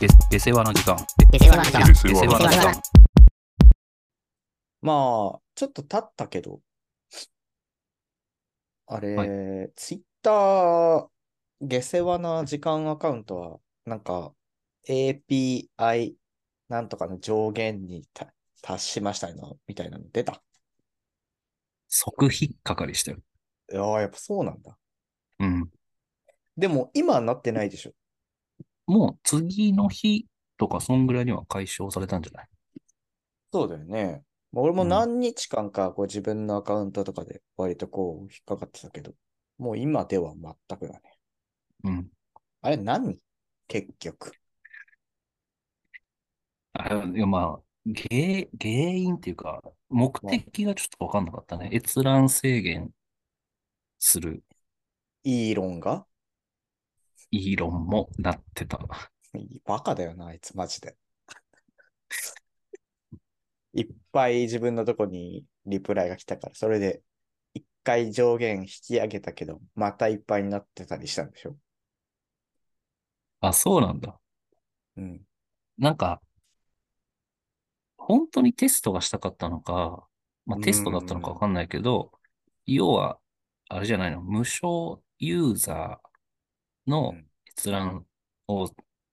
で、で世話の時間。出世話の時間で出出世世話話のの時時間間。まあ、ちょっと経ったけど、あれ、はいツイッター、下世話な時間アカウントは、なんか、API なんとかの上限にた達しましたよなみたいなの出た。即引っかかりしたよ。いやーやっぱそうなんだ。うん。でも、今はなってないでしょ。もう次の日とか、そんぐらいには解消されたんじゃないそうだよね。まあ俺もうん何日間か、こう自分のアカウントとかで割とこう引っかかってたけど、もう今では全くだね。うん。あれ何結局。あいやまあ、原、原因っていうか、目的がちょっとわかんなかったね。閲覧制限するイーロンがイーロンもなってた。バカだよな、あいつ、マジで。いっぱい自分のとこにリプライが来たから、それで、一回上限引き上げたけど、またいっぱいになってたりしたんでしょあ、そうなんだ。うん。なんか、本当にテストがしたかったのか、まあ、テストだったのかわかんないけど、要は、あれじゃないの、無償ユーザーのうん閲覧を、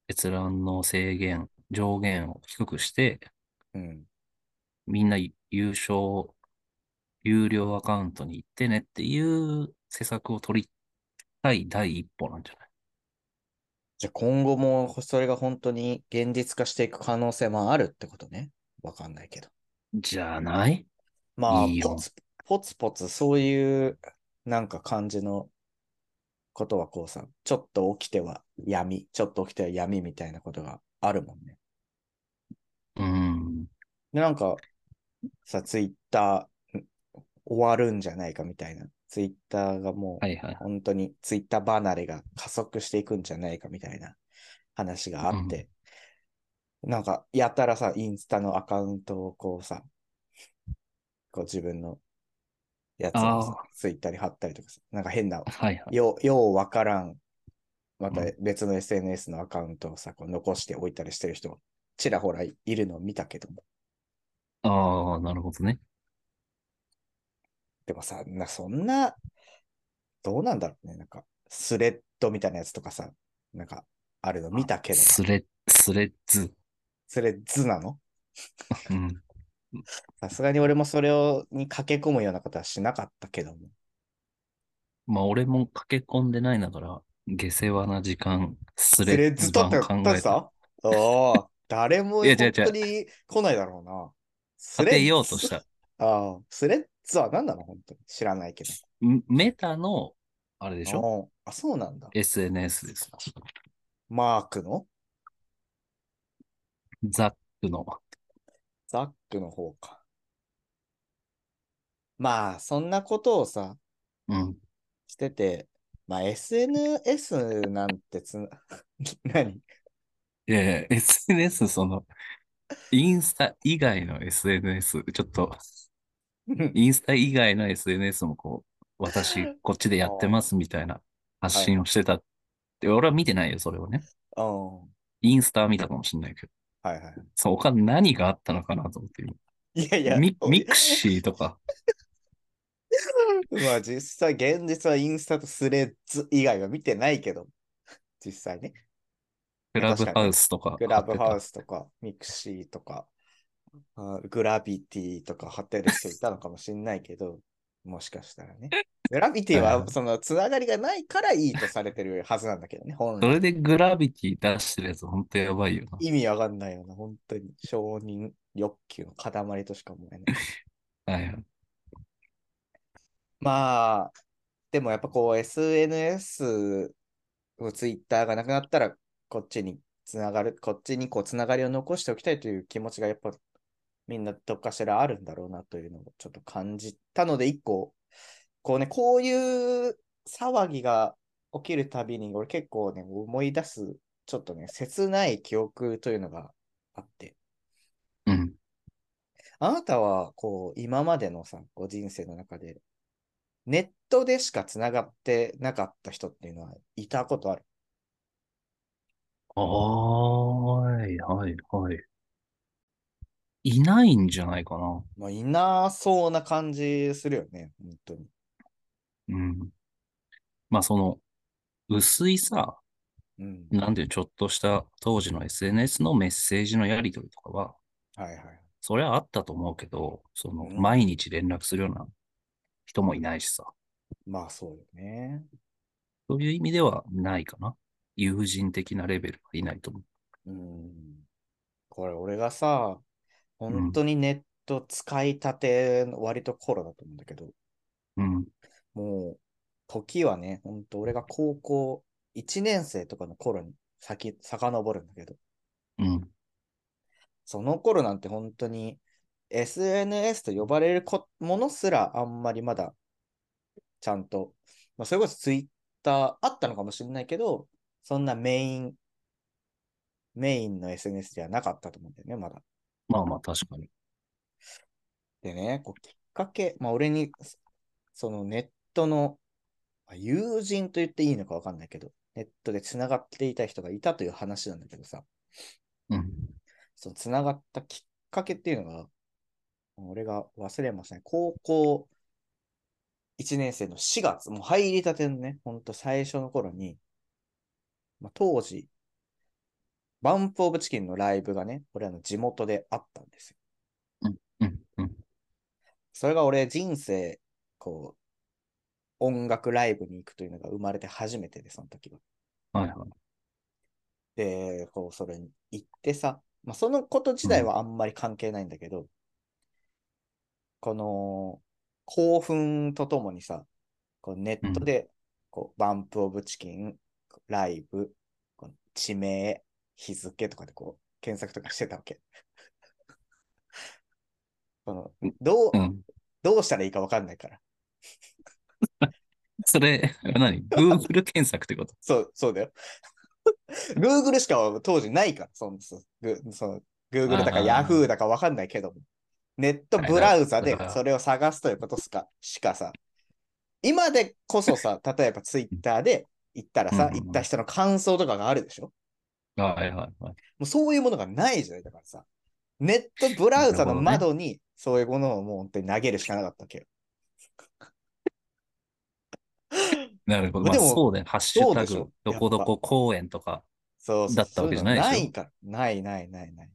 閲覧の制限、上限を低くして、うん。みんな優勝、有料アカウントに行ってねっていう施策を取りたい第一歩なんじゃないじゃあ今後もそれが本当に現実化していく可能性もあるってことね。わかんないけど。じゃないまあ、いいよポツポツポツそういうなんか感じのことはこうさ、ちょっと起きては闇、ちょっと起きては闇みたいなことがあるもんね。うん。で、なんか、さ、ツイッター終わるんじゃないかみたいな。ツイッターがもう、はいはい。本当にツイッター離れが加速していくんじゃないかみたいな話があって、なんか、やたらさ、インスタのアカウントをこうさ、こう自分のやつをさあツイッターに貼ったりとかさ、なんか変な、はいはい。よう、ようわからん、またう別の SNS のアカウントをさ、こう残しておいたりしてる人、ちらほらいるのを見たけども。ああ、なるほどね。でもさ、なそんな、どうなんだろうね。なんか、スレッドみたいなやつとかさ、なんか、あるの見たけど、スレ、スレッズ。それ図なのうん。さすがに俺もそれをに駆け込むようなことはしなかったけども。まあ、俺も駆け込んでないながら、下世話な時間、ススレレッッズズ版とって、考とっえてた。さ、おー誰もいや本違う違う当に来ないだろうな。ス立レッてズようとした。ああ、スレッズは何なの本当に知らないけど。んメタの、あれでしょおーあ、そうなんだ。 ?SNS です。マークのザックの。ザックの方か。まあ、そんなことをさ、うん。してて、まあ、SNS なんてつな、 何いやいや、SNS、その、インスタ以外の SNS、ちょっと、インスタ以外の SNS もこう、私、こっちでやってますみたいな発信をして たって、俺は見てないよ、それをね。うん。はインスタは見たかもしれないけど、いはい。そう、他何があったのかなと思って今いやいや、ミおミクシーと か、まあ実際、現実はインスタとスレッズ以外は見てないけど、実際ね。クラブハウスとかクラブハウス。スとか、ミクシーとか、あグラビティとか貼ってる人いたのかもしれないけど、もしかしたら ね。グラビティはいははいそのつながりがないからいいとされてるはずなんだけどね、本そ来。れでグラビティ出してるやつ、ほんとやばいよな。意味わかんないよな、本当に。承認欲求の塊としか思えない。はいはい。まあ、でもやっぱこう SNS、ツイッターがなくなったら、こっちにつながる、こっちにこうつながりを残しておきたいという気持ちがやっぱみんなどっかしらあるんだろうなというのをちょっと感じたので、一個、こうね、こういう騒ぎが起きるたびに、俺結構ね、思い出す、ちょっとね、切ない記憶というのがあって、うん。あなたは、こう、今までのさ、ご人生の中で、ネットでしかつながってなかった人っていうのは、いたことある。あはい、はい。いないんじゃないかな。まあ、いなそうな感じするよね、本当に。うん。まあ、その、薄いさ、うん。なんでちょっとした当時の SNS のメッセージのやり取りとかは、はいはい。それはあったと思うけど、その、うん毎日連絡するような人もいないしさ、まあそうよね。そういう意味ではないかな。友人的なレベルはいないと思う。うん。これ俺がさ、本当にネット使いたての割と頃だと思うんだけど、うん。もう時はね、本当俺が高校1年生とかの頃に先、遡るんだけど、うん。その頃なんて本当に SNS と呼ばれるこものすらあんまりまだちゃんと、まあ、それこそ Twitter あったのかもしれないけど、そんなメイン、メインの SNS ではなかったと思うんだよね、まだ。まあまあ、確かに。でね、こうきっかけ、まあ俺に、そそのネットの、まあ友人と言っていいのかわかんないけど、ネットでつながっていた人がいたという話なんだけどさ、うん。そのつながったきっかけっていうのが、俺が忘れません。高校1年生の4月、もう入りたてのね、ほんと最初の頃に、まあ、当時、バンプオブチキンのライブがね、俺らの地元であったんですよ。うん。うん。それが俺人生、こう、音楽ライブに行くというのが生まれて初めてで、その時は。はいはい。で、こう、それに行ってさ、まあ、そのこと自体はあんまり関係ないんだけど、この、興奮とともにさ、こうネットで、こう、バンプオブチキン、ライブ、この地名、日付とかでこう、検索とかしてたわけ。 このどうう、ん。どうしたらいいかわかんないから。それ、何 ?Google 検索ってことそう、そうだよ。Google しか当時ないから、そのそぐその Google だかあー Yahoo だかわかんないけども。ネットブラウザでそれを探すということしかしかさ、今でこそ さ、例えば Twitter で行ったらさう、んうんうん行った人の感想とかがあるでしょはいはいはい。もうそういうものがない時代だからさ、ネットブラウザの窓にそういうものをもう本当に投げるしかなかったわけよ。なるほど。まあ、でもそうだよ。ハッシュタそうでしょグ、どこどこ公園とか。そうそうだったわけじゃないでしょそううのがないから。ないないないない。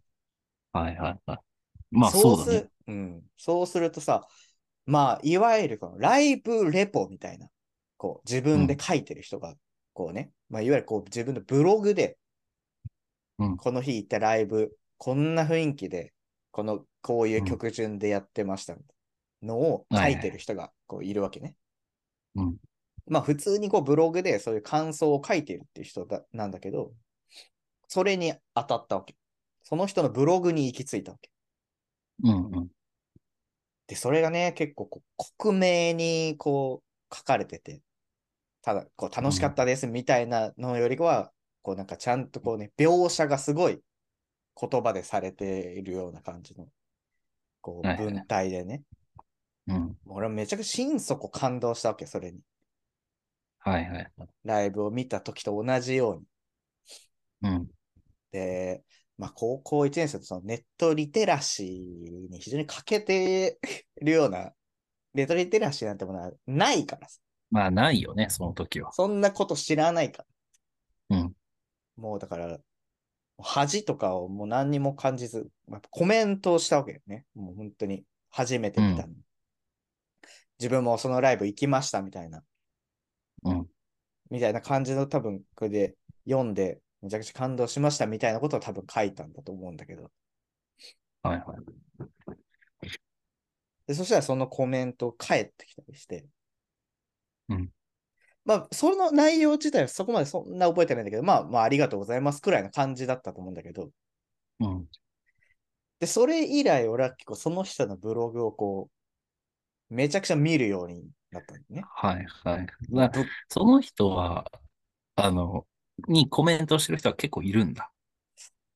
はいはいはい。まあ、そそううすだね。うん。そうするとさ、まあ、いわゆるこのライブレポみたいな、こう、自分で書いてる人が、こうね、まあ、いわゆるこう、自分のブログで、うんこの日行ったライブ、こんな雰囲気で、この、こういう曲順でやってました、のを書いてる人が、こう、いるわけね。うんまあ、普通にこう、ブログでそういう感想を書いてるっていう人だなんだけど、それに当たったわけ。その人のブログに行き着いたわけ。うんうん。で、それがね、結構こう、克明にこう、書かれてて、ただ、こう、楽しかったですみたいなのよりかは、こう、なんかちゃんとこうね、描写がすごい言葉でされているような感じの、こう、はいはいはい文体でね。うん。もう俺はめちゃくちゃ心底感動したわけ、それに。はいはいはい。ライブを見た時と同じように。うん。で、まあ、高校1年生とそのネットリテラシーに非常に欠けてるような、ネットリテラシーなんてものはないからさ。まあ、ないよね、その時は。そんなこと知らないから。うんもうだから、恥とかをもう何にも感じず、まあコメントをしたわけよね。もう本当に初めて見たの、自分もそのライブ行きましたみたいな。うんみたいな感じの多分これで読んで、めちゃくちゃ感動しましたみたいなことを多分書いたんだと思うんだけど。はいはい。で、そしたらそのコメント返ってきたりして。うん。まあ、その内容自体はそこまでそんな覚えてないんだけど、まあ、まあ、ありがとうございますくらいの感じだったと思うんだけど、うん。で、それ以来俺は結構その人のブログをこう、めちゃくちゃ見るようになったんだね。はいはい。まあ、ぶその人は、あの、にコメントしてる人は結構いるんだ。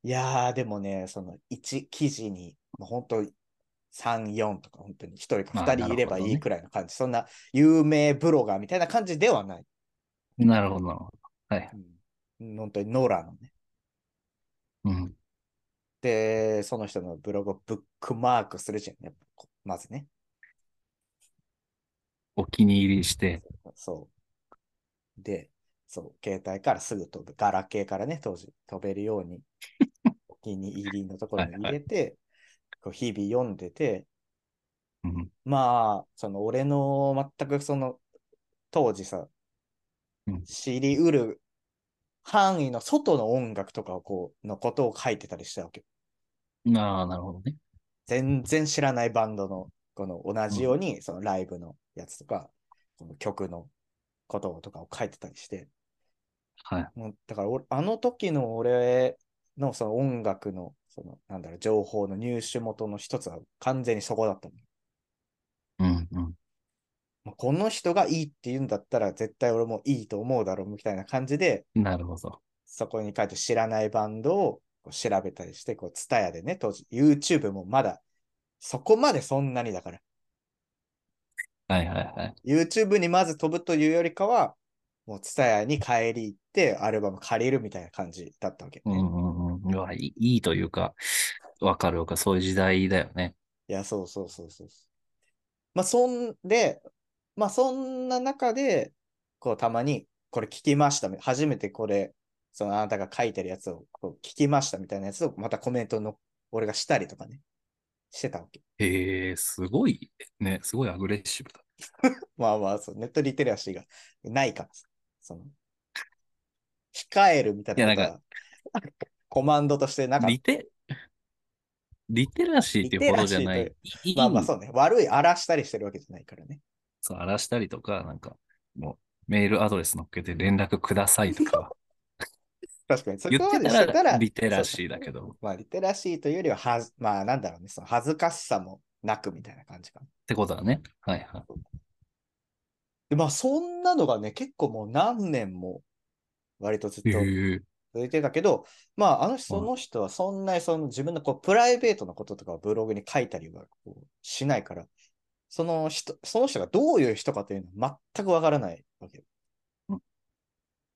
いやー、でもね、その1記事に、もう本当3、4とか、本当に1人かまあ2人いればなるほどいねいくらいの感じ。そんな有名ブロガーみたいな感じではない。なるほどなるほど。はい。うん、本当にノラのね。うん。で、その人のブログをブックマークするじゃん。やっぱこうまずね。お気に入りして、そう。で、そう、携帯からすぐ飛ぶ。ガラケーからね、当時、飛べるように、お気に入りのところに入れて、こう日々読んでて、うん、まあ、その俺の全くその当時さうん、知りうる範囲の外の音楽とかをこう、のことを書いてたりしたわけ。ああ、なるほどね。全然知らないバンドの、この同じように、そのライブのやつとか、この曲のこととかを書いてたりして、はい。もうだから俺、あの時の俺のその音楽の、その、なんだろう、情報の入手元の一つは完全にそこだったの。うん、うん。まあこの人がいいって言うんだったら絶対俺もいいと思うだろうみたいな感じで、なるほど。そこに書いて知らないバンドをこう調べたりして、こう、ツタヤでね、当時、YouTube もまだ、そこまでそんなにだから、はいはいはい。 YouTube にまず飛ぶというよりかは、もうツタヤに帰り行って、アルバム借りるみたいな感じだったわけ、うね。んいうんうん。うわ、いいいいというか、わかるわかる。そういう時代だよね。や、そうそうそうそう。まあ、そんで、まあ、そんな中で、こう、たまに、これ聞きました。初めてこれ、そのあなたが書いてるやつをこう聞きましたみたいなやつを、またコメントの、俺がしたりとかね、してたわけ。へえ、すごいね。すごいアグレッシブだ。まあまあそう、ネットリテラシーがないからさ、その、控えるみたいなこといやは、コマンドとしてなかっリテ、リテラシーっていうほどじゃない。リテいいた。まあまあそうね、悪い荒らしたりしてるわけじゃないからね。そう、荒らしたりとか、なんか、もう、メールアドレス乗っけて連絡くださいとか、確かに、 そこ言っまてでたしてたら、らリテラシーだど。けど、っまあ、リテラシーというよりははず、まあなんだろうね、その恥ずかしさもなくみたいな感じかな。てことだね。はいはい。で、まあそんなのがね、結構もう何年も割とずっとへえ続いてたけど、まああの人その人はそんなにその自分のこうプライベートのこととかをブログに書いたりはこうしないから、その人、その人がどういう人かというのは全くわからないわけよう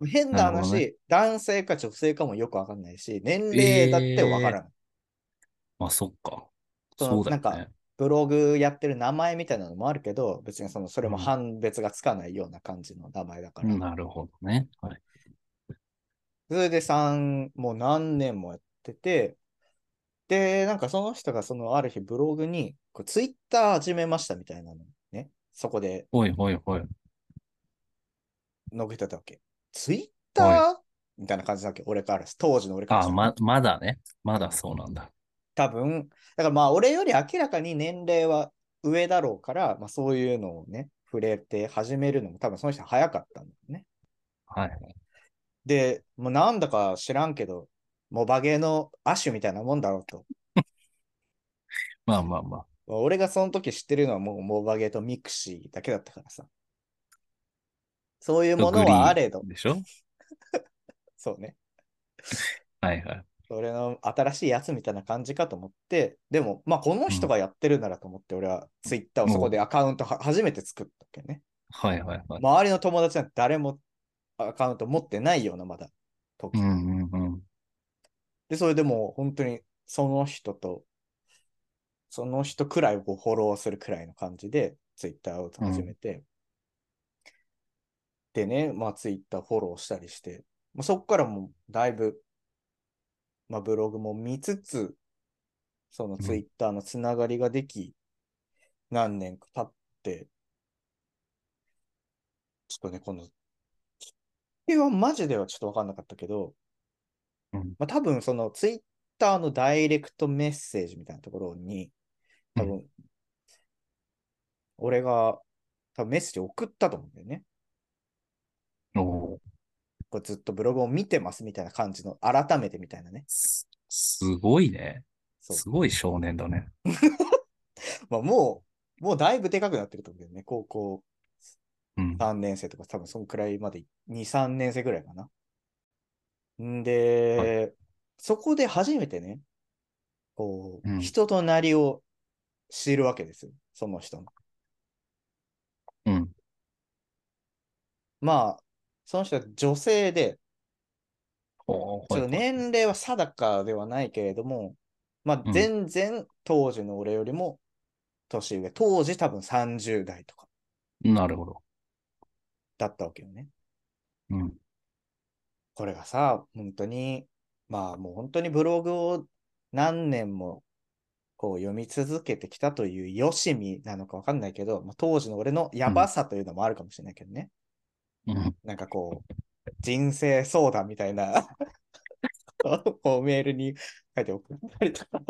ん。変ななるほ話、どね男性か女性かもよくわかんないし、年齢だってわからない。まあそっか。そそのうだよなんね。ブログやってる名前みたいなのもあるけど、別にそのそれもうん判別がつかないような感じの名前だから。なるほどね。はい。それで3、もう何年もやってて、で、なんかその人がそのある日ブログに、こうツイッター始めましたみたいなのね、そこでほいほいほい。載せてたわけ。ツイッターみたいな感じだっけ俺から、当時の俺からあするとま、まだね。まだそうなんだ。多分、だからまあ俺より明らかに年齢は上だろうから、まあそういうのをね、触れて始めるのも多分その人は早かったんだよね。はい。で、もうなんだか知らんけど、モバゲーの亜種みたいなもんだろうと。まあまあまあ。俺がその時知ってるのはもうモバゲーとミクシーだけだったからさ。そういうものはあれど、でしょそうね。はいはい。俺の新しいやつみたいな感じかと思って、でも、まあこの人がやってるならと思って、俺はツイッターをそこでアカウントは初めて作ったわけね。はいはいはい。周りの友達なんて誰もアカウント持ってないような、まだ時。うんうんうん。で、それでもう本当にその人と、その人くらいをこうフォローするくらいの感じで、ツイッターを始めて、でね、まあツイッターフォローしたりして、まあ、そこからもうだいぶ、まあブログも見つつ、そのツイッターのつながりができ、何年か経って、ちょっとね、この、きっかけはマジではちょっとわかんなかったけど、うんまあ、多分そのツイッターのダイレクトメッセージみたいなところに、多分、俺が多分メッセージ送ったと思うんだよね。おおーこうずっとブログを見てますみたいな感じの、改めてみたいなね。す、すごいね。そうすごい少年だね。まあ、もう、もうだいぶでかくなってると思うんだよね。高校うん。 3年生とか、多分そのくらいまで、2、3年生くらいかな。んで、はそこで初めてね、こう、うん人となりを知るわけですよ。その人の。うん。まあ、その人は女性で、おおちょっはいと年齢は定かではないけれども、まうあ、ん全然当時の俺よりも年上、当時多分30代とかなるほど。だったわけよね。うん。これがさ、本当に、まあもう本当にブログを何年もこう読み続けてきたというよしみなのかわかんないけど、まあ、当時の俺のやばさというのもあるかもしれないけどね。うん。なんかこう、人生相談みたいな こうメールに書いて送ったりとか。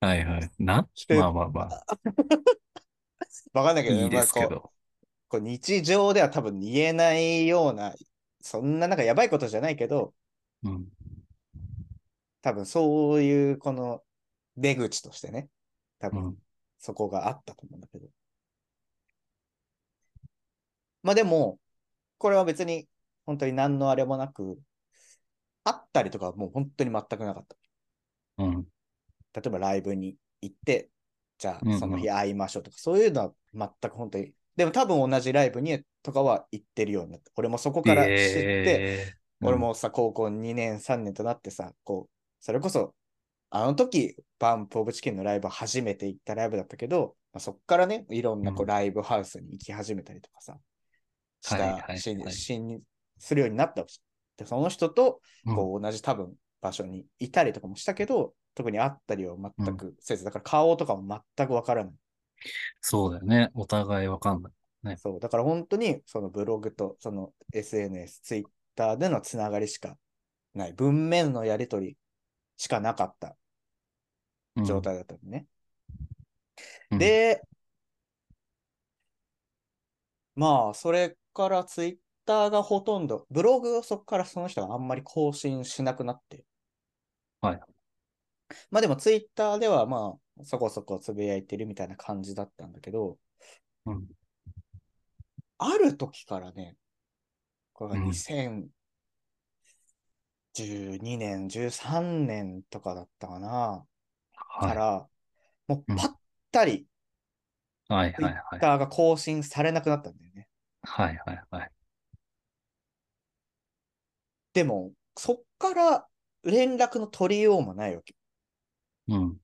はいはい。なしてまあまあまあ。わかんないけどね、いいですけまあこど。うこう日常では多分言えないような、そんななんかやばいことじゃないけど、うん。多分そういうこの出口としてね、多う分ん。そこがあったと思うんだけど。まあでも、これは別に本当に何のあれもなく、あったりとかはもう本当に全くなかっうん。た。例えばライブに行って、じゃうんうあんその日会いましょうとか、そういうのは全く本当に、でも多分同じライブにとかは行ってるようになって、俺もそこから知って、えー俺。もさ、高校2年、3年となってさ、こう、それこそ、あの時、バンプ・オブ・チキンのライブ初めて行ったライブだったけど、まあ、そっからね、いろんなこううライブハウスに行き始めたりとかさ、しはいはいはた、いし、しにするようになったわけで、その人と、うんこう、同じ多分場所にいたりとかもしたけど、特に会ったりは全くせず、だから顔とかも全くわからない。そうだよね。お互いわかんない。ねそう、だから本当に、そのブログと、その SNS、ツイッターでのつながりしかない、文面のやりとりしかなかったうん状態だったのね。うんで、まあ、それからツイッターがほとんど、ブログをそこからその人があんまり更新しなくなって。はい。まあでもツイッターではまあ、そこそこつぶやいてるみたいな感じだったんだけど、うんある時からね、これがうん2012年、13年とかだったかな、かはら、もううんパッタリい。はいはいツイはッい。ターが更新されなくなったんだよね。はいはいはい。でも、そっから連絡の取りようもないわけ。うん。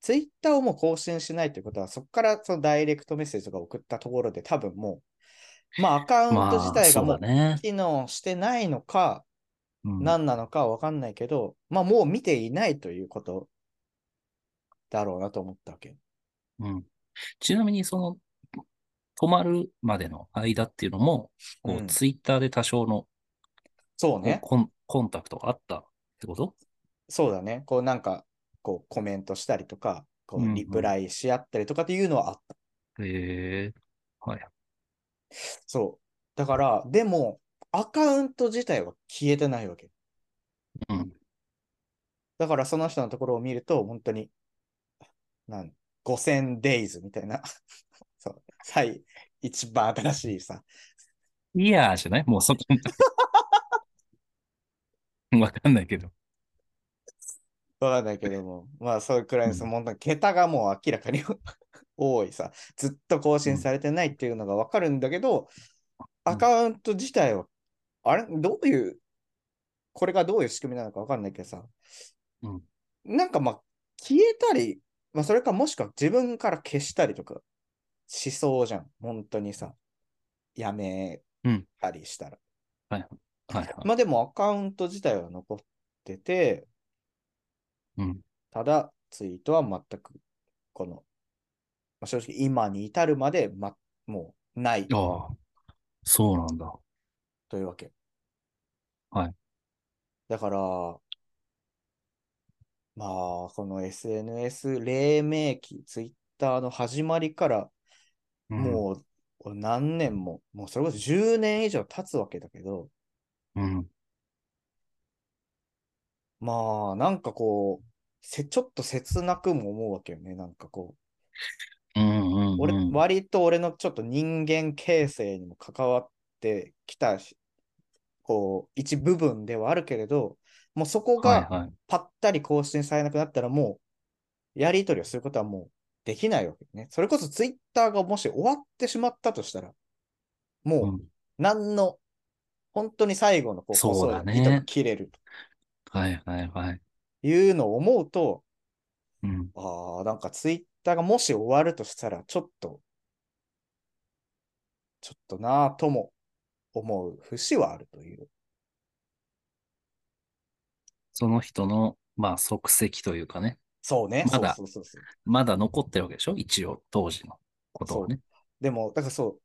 ツイッターをもう更新しないということは、そこからそのダイレクトメッセージが送ったところで、多分もう、まあアカウント自まあ、体がそうもだうね。機能してないのか、うん何なのかわかんないけど、まあもう見ていないということだろうなと思ったわけ。うん。ちなみに、その、止まるまでの間っていうのも、こうう、んツイッターで多少のそうこうね。コンコンタクトがあったってことそうだね。こうなんか、こうコメントしたりとか、こうんううんリプライし合ったりとかっていうのはあった。へえ。はい。そう。だから、でも、アカウント自体は消えてないわけ。うん。だから、その人のところを見ると、本当に、なん、5000 days みたいな、 そう、最、一番新しいさ、いやーじゃないもうそこ わかんないけど。わかんないけども、まあ、それくらいの、そうの、桁がもう明らかに 多いさ、ずっと更新されてないっていうのがわかるんだけど、アカウント自体は、あれどういう、これがどういう仕組みなのかわかんないけどさ、うん。なんかまあ、消えたり、まあ、それかもしくは自分から消したりとかしそうじゃん。本当にさ、やめたりしたら。はいはい。まあでもアカウント自体は残ってて、うん。ただツイートは全く、この、まあ、正直今に至るまで、ま、もうないああ、そうなんだ。というわけ。はい。だから、まあ、この SNS 黎明期、ツイッターの始まりから、もう、俺何年も、もうそれこそ10年以上経つわけだけど、うん。うん。まあ、なんかこう、せちょっと切なくも思うわけよね。なんかこう、うんうんうん。俺、割と俺のちょっと人間形成にも関わってきたし、こう、一部分ではあるけれど、もうそこはいがはい。ぱったり更新されなくなったらもう、やり取りをすることはもうできないわけね。それこそツイッターがもし終わってしまったとしたら、もううん何の、本当に最後のこうそう細だいね糸が切れる。はいはいはい。いうのを思うと、うん。ああ、なんかツイッターがもし終わるとしたら、ちょっと、ちょっとなぁとも思う節はあるという。その人の、まあ、足跡というかね。そうね。まだそうそうそうそう。まだ残ってるわけでしょ一応、当時のことをね。でも、だからそ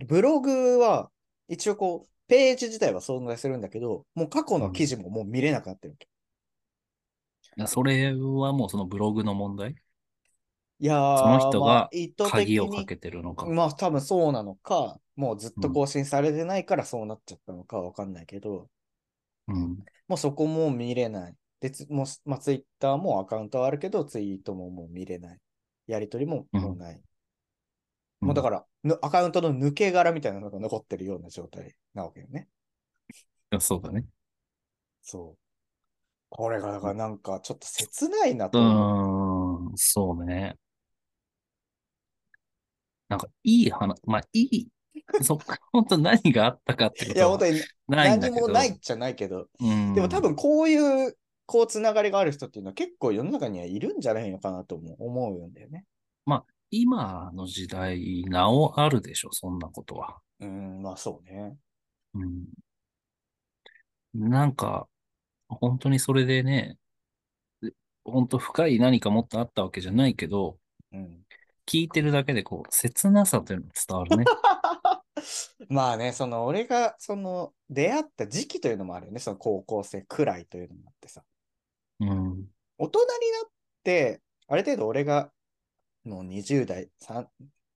う、ブログは一応こう、ページ自体は存在するんだけど、もう過去の記事ももう見れなくなってるわけ。いやそれはもうそのブログの問題いやーその人がまあ意図的鍵をにかけてるのか。まあ多分そうなのか、もうずっと更新されてないからそうなっちゃったのかわかんないけど、うん。もうそこも見れない。で、つもうす、まあ、ツイッターもアカウントはあるけど、ツイートももう見れない。やりとりももうない。もうだから、ぬアカウントの抜け殻みたいなのが残ってるような状態なわけよね。ら。そうだね。そう。これが、だからなんか、ちょっと切ないなうと思う。ーん、そうね。なんか、いい話、まあ、い い、そっか、本当何があったかってこいや、とは本当にないんだ何けど。もないっちゃないけど、うんでも多、分こういう、こう、つながりがある人っていうのは結構世の中にはいるんじゃないのかなとも思うんだよね。今の時代、なおあるでしょ、そんなことは。うん、まあそうね。うん。なんか、本当にそれでね、で本当深い何かもっとあったわけじゃないけど、うん。聞いてるだけでこう、切なさというのが伝わるね。まあね、その俺がその出会った時期というのもあるよね、その高校生くらいというのもあってさ。うん。大人になって、ある程度俺がもう20代、さん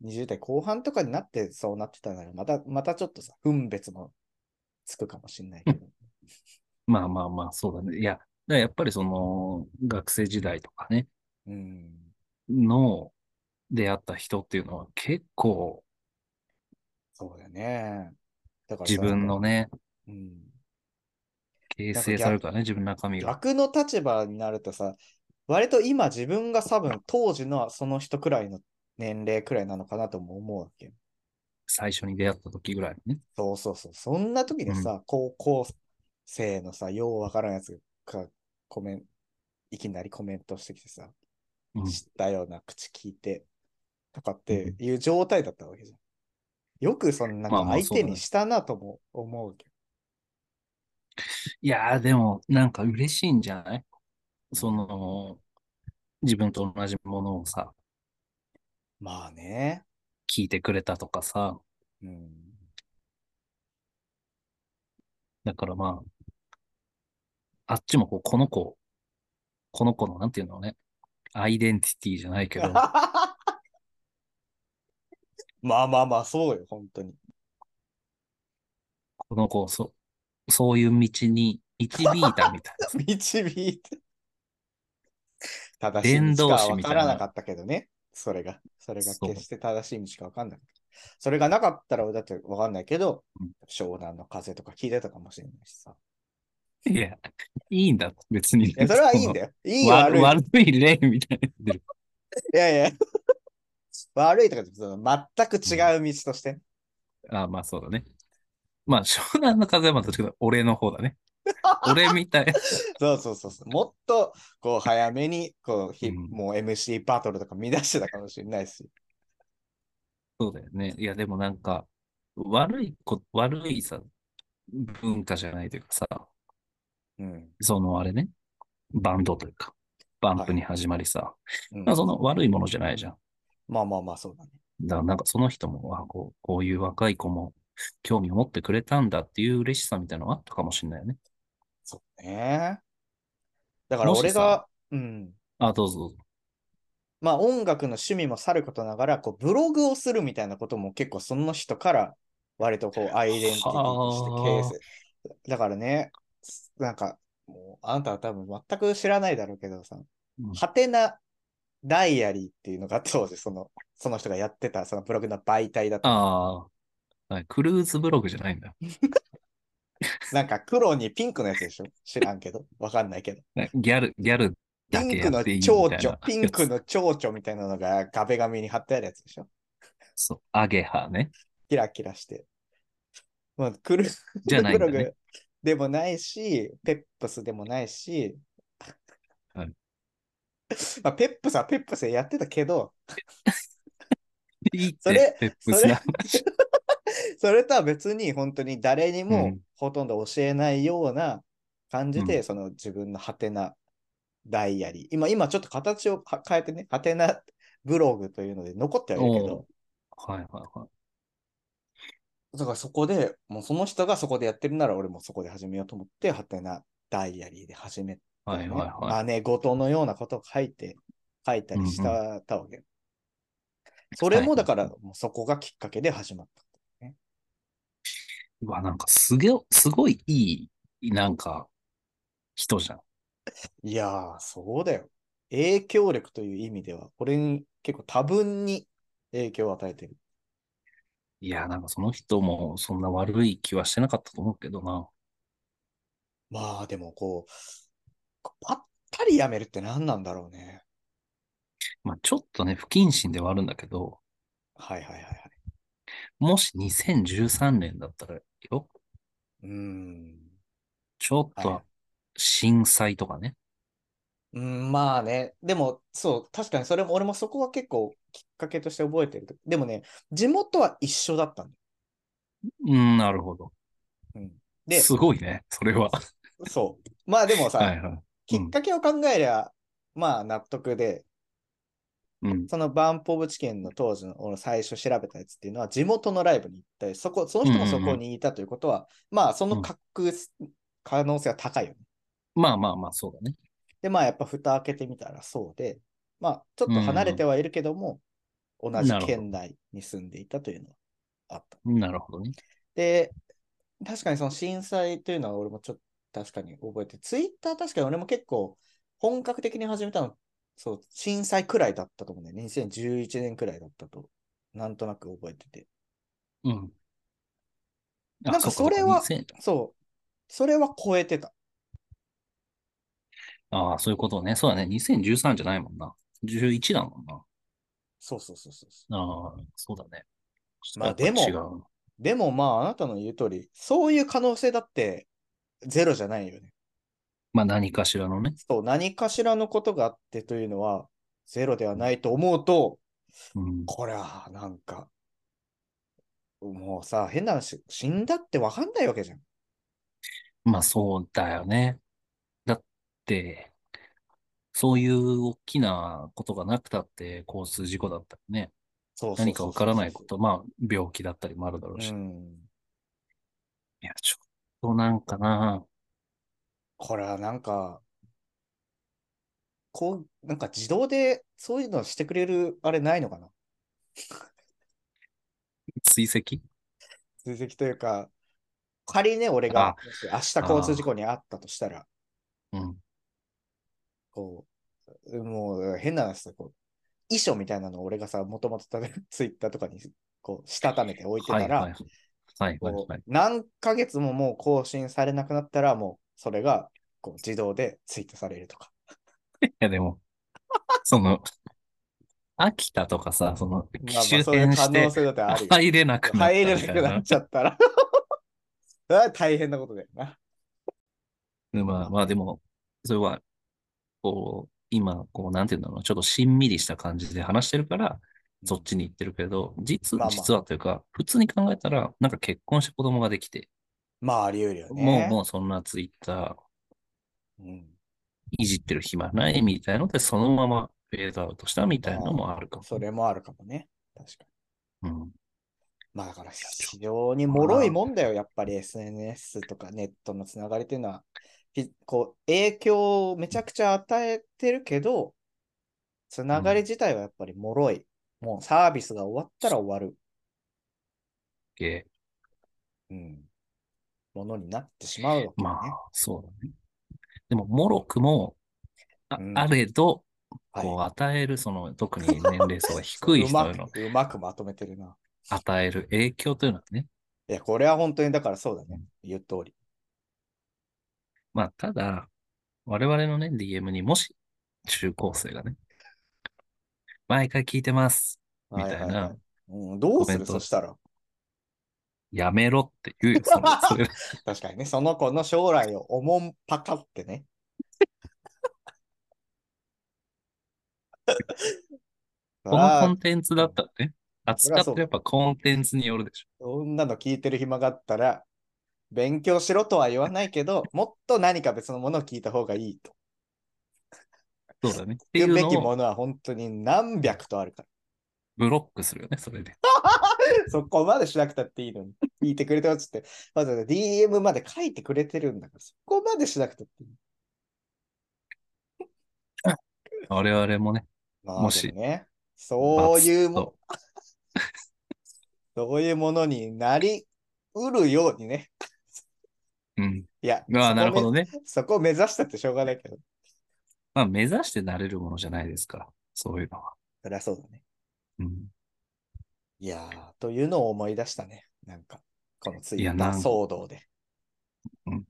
20代後半とかになってそうなってたなら、また、またちょっとさ、分別もつくかもしれないけど。まあまあまあ、そうだね。いや、だからやっぱりその、学生時代とかね、うん。の出会った人っていうのは結構そうだよね。だからさ自分の、ね、うん、形成されるからね、自分の中身が。逆の立場になるとさ、割と今自分が多分当時のその人くらいの年齢くらいなのかなとも思うわけよ。最初に出会った時ぐらいのね。そうそうそう。そんな時にさ、高校生のさ、ようわからんやつがコメンいきなりコメントしてきてさ、うん知ったような口聞いてとかっていう状態だったわけじゃん。よくそんなまあなんまかあ相手そうだねにしたなとも思うけど。いやー、でも、なんか嬉しいんじゃないその、自分と同じものをさ、まあね。聞いてくれたとかさ、うん。だからまあ、あっちもこう、この子、この子の、なんていうのね、アイデンティティじゃないけど、 まあまあまあ、そうよ、本当に。。この子をそ、そういう道に導いたみたいな 導いて。正し伝い道道しか師分みたかいならなかったけどね。それが。それがそう決して正しい道か分かんなかった。それがなかったら、だって分かんないけどうん、湘南の風とか聞いてたかもしれないしさ。 いや、いいんだ、別に。いいや、それはいいん だよ。いいわ悪い。悪い例みたいになってる。いやいや。悪いとかじゃその全く違う道として。あまあそうだね。まあ湘南の風はまた違う。俺の方だ ね。俺みたい。そうそうそうそう。もっと、こう、早めに、こう、ひうんもう MC バトルとか見出してたかもしれないし。そうだよね。いやでもなんか、悪いこ、悪いさ、文化じゃないというかさ、うん。そのあれね、バンドというか、バンプに始まりさ、うんまあその悪いものじゃないじゃん。まあまあまあ、そうだね。だからなんかその人も、あこう、こういう若い子も興味を持ってくれたんだっていう嬉しさみたいなのはあったかもしれないよね。そうね。だからもし俺がさ、うん。あ、どうぞどうぞ。まあ音楽の趣味もさることながら、こうブログをするみたいなことも結構その人から割とこうアイデンティティとして形成。だからね、なんか、もうあなたは多分全く知らないだろうけどさ、うんハテナダイアリーっていうのが当時その、その人がやってたそのブログの媒体だった。ああ、はいクルーズブログじゃないんだ。なんか黒にピンクのやつでしょ知らんけど、わかんないけど。なギャル、ギャルピだけンクやのっていいみ蝶たいな々、ピンクの蝶々みたいなのが壁紙に貼ってあるやつでしょそう、アゲハね。キラキラして。まあ、クルーズ じゃないんだねブログでもないし、ペップスでもないし、まあ、ペップさん、ペップさんやってたけど、いいって、それペップそスれな話。それとは別に本当に誰にうもんほとんど教えないような感じで、うその自分のハテナダイアリー。今、今ちょっと形をは変えてね、ハテナブログというので残ってはいるけどお、はいはいはい。だからそこで、もうその人がそこでやってるなら俺もそこで始めようと思って、ハテナダイアリーで始めて、はいはいはい。真似事のようなことを書いて、書いたりした,、うたわけ。それもだから、はいもうそこがきっかけで始まった。うわ、なんかすげえ、すごいいい、なんか、人じゃん。いやー、そうだよ。影響力という意味では、俺に結構多分に影響を与えてる。いや、なんかその人もそんな悪い気はしてなかったと思うけどな。まあでもこう、ぱったりやめるって何なんだろうね。まあちょっとね、不謹慎ではあるんだけど、はいはいはいはい。もし2013年だったらよ、うーん。ちょっはと震災とかね。うん、まあね。でも、そう、確かにそれも、俺もそこは結構きっかけとして覚えてる。でもね、地元は一緒だったんだうん、なるほど。よ。うん、で、すごいね、それは。そう。まあでもさ、はいはい。きっかけを考えりゃ、まあ納得で、うん。そのバンポブチキンの当時の俺最初調べたやつっていうのは地元のライブに行って、そこ、その人もそこにいたということは、まあその確、可能性は高いよね。まあまあまあ、そうだね。で、まあやっぱ蓋開けてみたらそうで、まあちょっと離れてはいるけども、同じなるほど県内に住んでいたというのはあった。なるほどね。で、確かにその震災というのは俺もちょっと確かに覚えて、ツイッター確かに俺も結構本格的に始めたの、そう、震災くらいだったと思うんだよね。2011年くらいだったと、なんとなく覚えてて。うん。あなんかううそれは2000そう、それは超えてた。ああ、そういうことね。そうだね。2013じゃないもんな。11だもんな。そうそうそうそうそああ、そうだね。まあやっぱ違うでう。でもまあ、あなたの言う通り、そういう可能性だってゼロじゃないよね。まあ何かしらのね。そう、何かしらのことがあってというのは、ゼロではないと思うと、うん。こりゃ、なんか、もうさ、変な話、死んだってわかんないわけじゃん。まあそうだよね。だって、そういう大きなことがなくたって交通事故だったりね。そうそうそうそう何かわからないこ。と、まあ病気だったりもあるだろうし。ういん。や、ちょっとなんかな。これはなんか、こう、なんか自動でそういうのしてくれるあれないのかな追跡追跡というか、仮にね、俺が、もし明日交通事故にあったとしたら、うん。こう、もう変な話さ、こう、遺書みたいなのを俺がさ、もともとツイッターとかに、こう、したためて置いてたはいら、はいはい。はいはいこうはい。何ヶ月ももう更新されなくなったら、もうそれがこう自動でツイートされるとか。いやでも、その、秋田とかさ、その、まあ機まあ種そういう変可し能て、性だってあるよ。入れなくなったみ入たれいなくなっちゃったら。 それは大変なことだよな。でまあまあでも、それは、こう、今、こう、なんていうんだろうな、ちょっとしんみりした感じで話してるから、そっちに行ってるけど、実、まあまあ実はというか、普通に考えたら、なんか結婚して子供ができて、まああり得るよね。もう、もうそんなツイッターうんいじってる暇ないみたいので、そのままフェードアウトしたみたいのもあるかも。それもあるかもね。確かに。うん。まあだから非常に脆いもんだよ。やっぱり SNS とかネットのつながりっていうのは、ひこう影響をめちゃくちゃ与えてるけど、つながり自体はやっぱり脆い。もうサービスが終わったら終わる。でうんものになってしまうわけまだあね。、そうだね。でも、もろくも、あ,、うんれど、はいこう、与える、その、特に年齢層が低い そうう人へまのくうまくまとめてるな。与える影響というのはね、いや、これは本当にだからそうだね。言う通り。まあ、ただ、我々のね、DM にもし、中高生がね、毎回聞いてます。みたいなはははうん、どうすコメるントそしたら。やめろって言うよ、 それ。それ 確かにね、その子の将来をおもんぱかってね。このコあンテンツだったらね、そり扱ゃっそうてやっぱコンテンツによるでしょ。ーそんなの聞いてる暇があったら、勉強しろとは言わないけど、もっと何か別のものを聞いた方がいいと。そうだね。ってい 言ううべのきをものは本当に何百とあるから。ブロックするよね、それで。そこまでしなくたっていいのに。聞いてくれてますって。わざわざ DM まで書いてくれてるんだから、そこまでしなくたっていい。我々もね、まあもしでね、そういバツうも、そういうものになりうるようにね。うん。いや、あそこあ、なるほどね。めそこを目指したってしょうがないけど。まあ、目指してなれるものじゃないですから、そういうのは。そりゃそうだね。うん。いやー、というのを思い出したね。なんか、このツイいやッタなーん騒動で。うん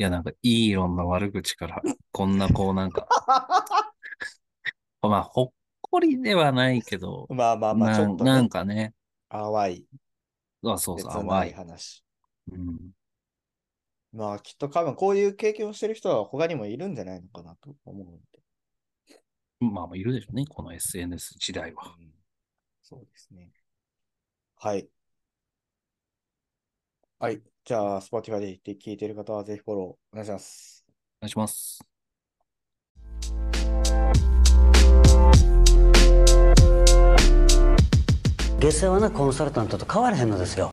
いや、なんか、イーロンの悪口から、こんな、こう、なんか、 まあ、ほっこりではないけど、まあまあまあ、ちなょっんとなんね、かね、淡い、あそう切そう、な淡いい。話。うん。まあ、きっと多分こういう経験をしてる人は他にもいるんじゃないのかなと思うんで。まあまあ、いるでしょうね、この SNS 時代は。うんそうですね。はい。はい。じゃあ、Spotify で聞いてる方はぜひフォローお願いします。お願いします。下世話なコンサルタントと変わらへんのですよ